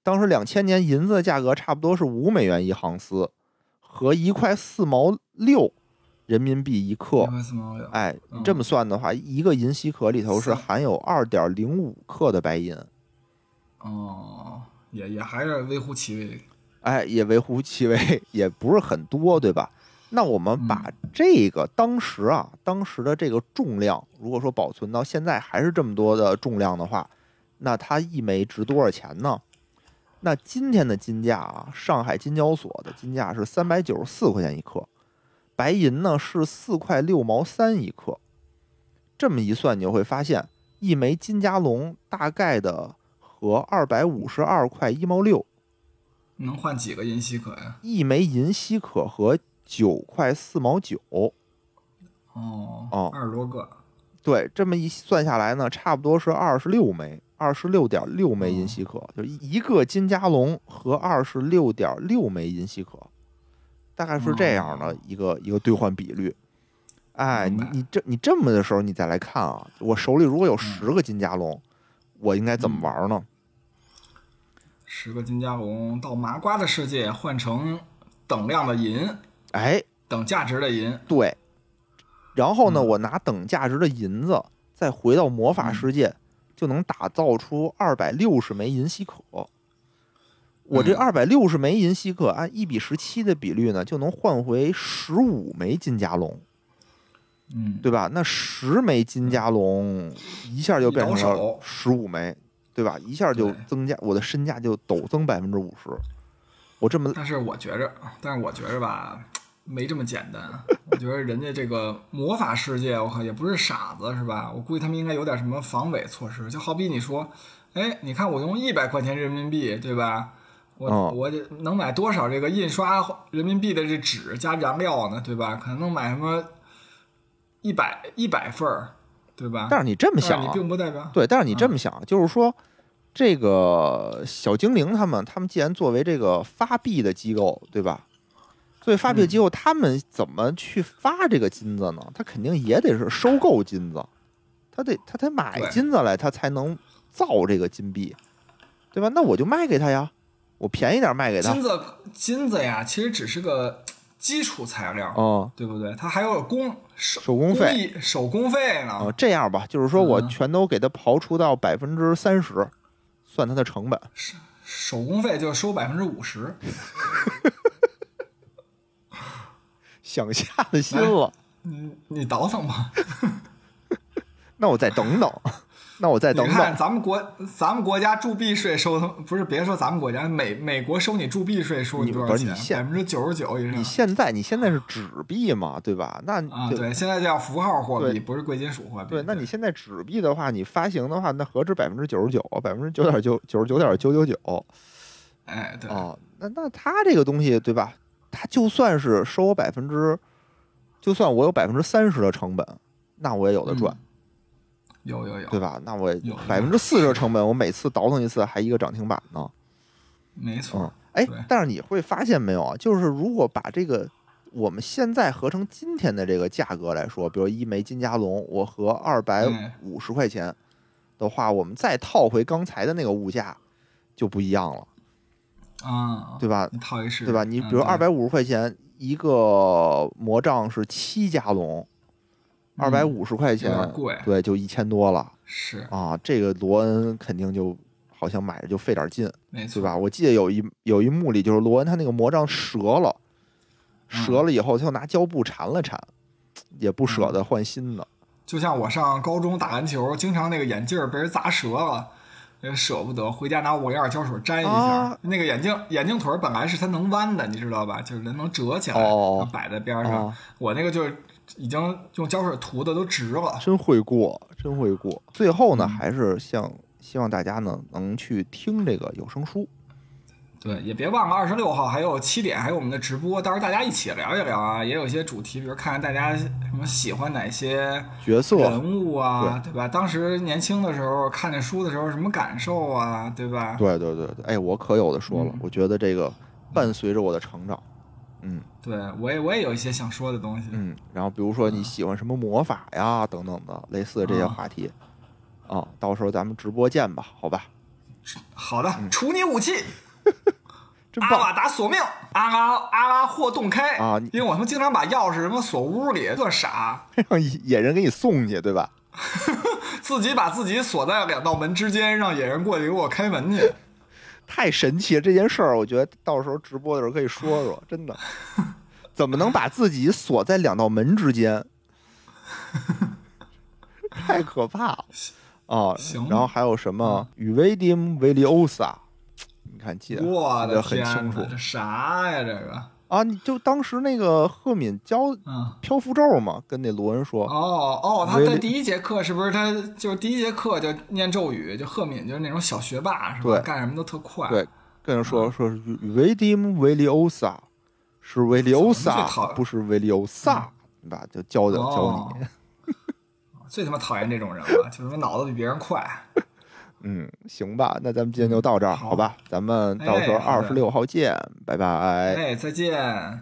S1: 当时两千年银子的价格差不多是五美元一盎司，和一块四毛六人民币一克
S2: 因。为什么有
S1: 哎，你这
S2: 嗯
S1: 么算的话，一个银稀可里头是
S2: 是
S1: 含有二点零五克的白银。
S2: 哦，也也还是微乎其微。
S1: 哎，也微乎其微， 也不是很多，对吧？那我们把这个当时啊，当时的这个重量，如果说保存到现在还是这么多的重量的话，那它一枚值多少钱呢？那今天的金价啊，上海金交所的金价是三百九十四块钱一克，白银呢是四块六毛三一克。这么一算，你就会发现，一枚金加龙大概的和二百五十二块一毛六
S2: 能换几个银稀可呀？
S1: 一枚银稀可和九块四毛九。
S2: 哦，
S1: 哦
S2: 二十多个。
S1: 对，这么一算下来呢，差不多是二十六枚，二十六点六枚
S2: 哦
S1: 银稀可，就一一个金加龙和二十六点六枚银稀可，大概是这样的
S2: 哦
S1: 一个、一个兑换比率。哎，
S2: 明
S1: 你
S2: 白嗯
S1: 你这你这么的时候，你再来看啊，我手里如果有十个金加龙，我应该怎么玩呢？
S2: 十个金加龙到麻瓜的世界换成等量的银，
S1: 哎，
S2: 等价值的银。
S1: 对，然后
S2: 嗯
S1: 呢，我拿等价值的银子再回到魔法世界，就能打造出二百六十枚银稀可。我这
S2: 嗯
S1: 二百六十枚银稀可，按一比十七的比率呢，就能换回十五枚金加龙，
S2: 嗯，
S1: 对吧？那十枚金加龙一下就变成
S2: 一倒
S1: 了
S2: 手
S1: 十五枚，对吧？一下就
S2: 对
S1: 增加我的身价就陡增百分之五十。我这么
S2: 但是我觉着，但是我觉着吧，没这么简单。啊我觉得人家这个魔法世界，我靠，也不是傻子是吧？我估计他们应该有点什么防伪措施。就好比你说，哎，你看我用一百块钱人民币，对吧？我、
S1: 嗯
S2: 我这能买多少这个印刷人民币的这纸加燃料呢？对吧？可能能买什么一百一百份儿，对吧？
S1: 但是你这么
S2: 但是
S1: 想、
S2: 你
S1: 啊，
S2: 并不代表
S1: 对，但是你这
S2: 嗯
S1: 么想，就是说，这个小精灵他们，他们既然作为这个发币的机构，对吧？作为发
S2: 嗯
S1: 币的机构，他们怎么去发这个金子呢？他肯定也得是收购金子，他得他得买
S2: 对
S1: 金子来，他才能造这个金币，对吧？那我就卖给他呀，我便宜点卖给他
S2: 金，子金子呀，其实只是个基础材料。
S1: 嗯。
S2: 对不对？它还有工手
S1: 手工费
S2: 艺手工费呢。
S1: 啊、这样吧，就是说我
S2: 嗯
S1: 全都给他刨除到百分之三十，算它的成本。
S2: 手工费就收百分之五十，
S1: 想下的心
S2: 哎
S1: 了，
S2: 你你倒腾 吧。
S1: 那我再等 等，那我再
S2: 你
S1: 等等
S2: 看。咱们国咱们国家铸币税收他不是别说咱们国家美美国收你铸币税收
S1: 你
S2: 多少
S1: 不是
S2: 钱
S1: 你？现
S2: 百分之九十九以
S1: 你
S2: 上
S1: 现在你现在是纸币嘛，对吧？那
S2: 啊！
S1: 就
S2: 对，现在叫符号货
S1: 对
S2: 币，不是贵金属货币。
S1: 对，那你现在纸币的话，你发行的话，那何止百分之九十九，百分之九点九九十九点九九九
S2: 哎对，
S1: 啊！那那它这个东西，对吧？它就算是收我百分之，就算我有百分之三十的成本，那我也有的赚，
S2: 有有有
S1: 对，吧？那我
S2: 嗯有的
S1: 百分之四十的成本，我每次倒腾一次还一个涨停板呢。
S2: 没错
S1: 嗯，，哎
S2: 对，
S1: 但是你会发现没有啊？就是如果把这个我们现在合成今天的这个价格来说，比如一枚金加龙，我和二百
S2: 嗯
S1: 五十块钱的话，我们再套回刚才的那个物价就不一样了，
S2: 啊，
S1: 对吧？
S2: 你套一试
S1: 对吧？你
S2: 嗯
S1: 比如
S2: 对
S1: 二百五十块钱一个魔杖是七加龙，二百五十块
S2: 嗯有点
S1: 钱，
S2: 贵，
S1: 对，就一千多了
S2: 是
S1: 啊！这个罗恩肯定就好像买着就费点劲。
S2: 没
S1: 对
S2: 错，
S1: 吧？我记得有一有一幕里，就是罗恩他那个魔杖折了，
S2: 嗯
S1: 折了以后，他又拿胶布缠了缠，也不舍
S2: 嗯
S1: 得换新的。
S2: 就像我上高中打篮球，经常那个眼镜儿被人砸折了，也舍不得，回家拿五零二胶水粘一下。
S1: 啊
S2: 那个眼镜眼镜腿儿本来是它能弯的，你知道吧？就是人能折起来，
S1: 哦
S2: 然后摆在边儿上。
S1: 啊，
S2: 我那个就是已经用胶水涂的都直了。嗯
S1: 真会过，真会过。最后呢，还是像希望大家呢能去听这个有声书。
S2: 对，也别忘了二十六号还有七点，还有我们的直播，到时候大家一起聊一聊啊，也有一些主题，比如看看大家什么喜欢哪些
S1: 角色、
S2: 人物啊，对吧？当时年轻的时候看这书的时候什么感受啊，对吧？
S1: 对对对对，哎，我可有的说了，
S2: 嗯
S1: 我觉得这个伴随着我的成长，嗯
S2: 对我也我也有一些想说的东西。
S1: 嗯，然后比如说你喜欢什么魔法呀等等的类似的这些
S2: 啊
S1: 话题，啊，到时候咱们直播见吧，好吧？
S2: 好的，
S1: 嗯
S2: 处你武器，
S1: 真
S2: 阿
S1: 棒
S2: 瓦达索命，阿拉阿拉霍洞开
S1: 啊你
S2: 因为我他妈经常把钥匙什么锁屋里，特傻，
S1: 让野人给你送去，对吧？
S2: 自己把自己锁在两道门之间，让野人过去给我开门去。
S1: 哎太神奇了！这件事儿，我觉得到时候直播的时候可以说 说，真的，怎么能把自己锁在两道门之 间？太可怕了啊！
S2: 行嗯吧
S1: 然后还有什么 Uvidium Veliosa？你看记得
S2: 我
S1: 记得
S2: 的
S1: 很
S2: 天
S1: 清楚
S2: 哪，这啥呀？这个，
S1: 啊！你就当时那个赫敏教
S2: 嗯。
S1: 漂浮咒嘛，跟那罗恩说，
S2: 哦哦，他
S1: 维
S2: 在
S1: 利
S2: 第一节课是不是他就是第一节课就念咒语，就赫敏就是那种小学霸是吧？
S1: 对
S2: 干什么都特快。
S1: 对，跟人
S2: 嗯
S1: 说说是 Uvidium Veliosa，是
S2: 最讨
S1: Veliosa，
S2: 厌嗯
S1: 不是 Veliosa，对吧？就教教教你。
S2: 哦最他妈讨厌这种人了，就他妈脑子比别人快。
S1: 嗯，行吧，那咱们今天就到这儿，
S2: 嗯好
S1: 好吧？咱们到时候
S2: 哎好
S1: 二
S2: 的
S1: 十六号见，拜拜。
S2: 哎，再见。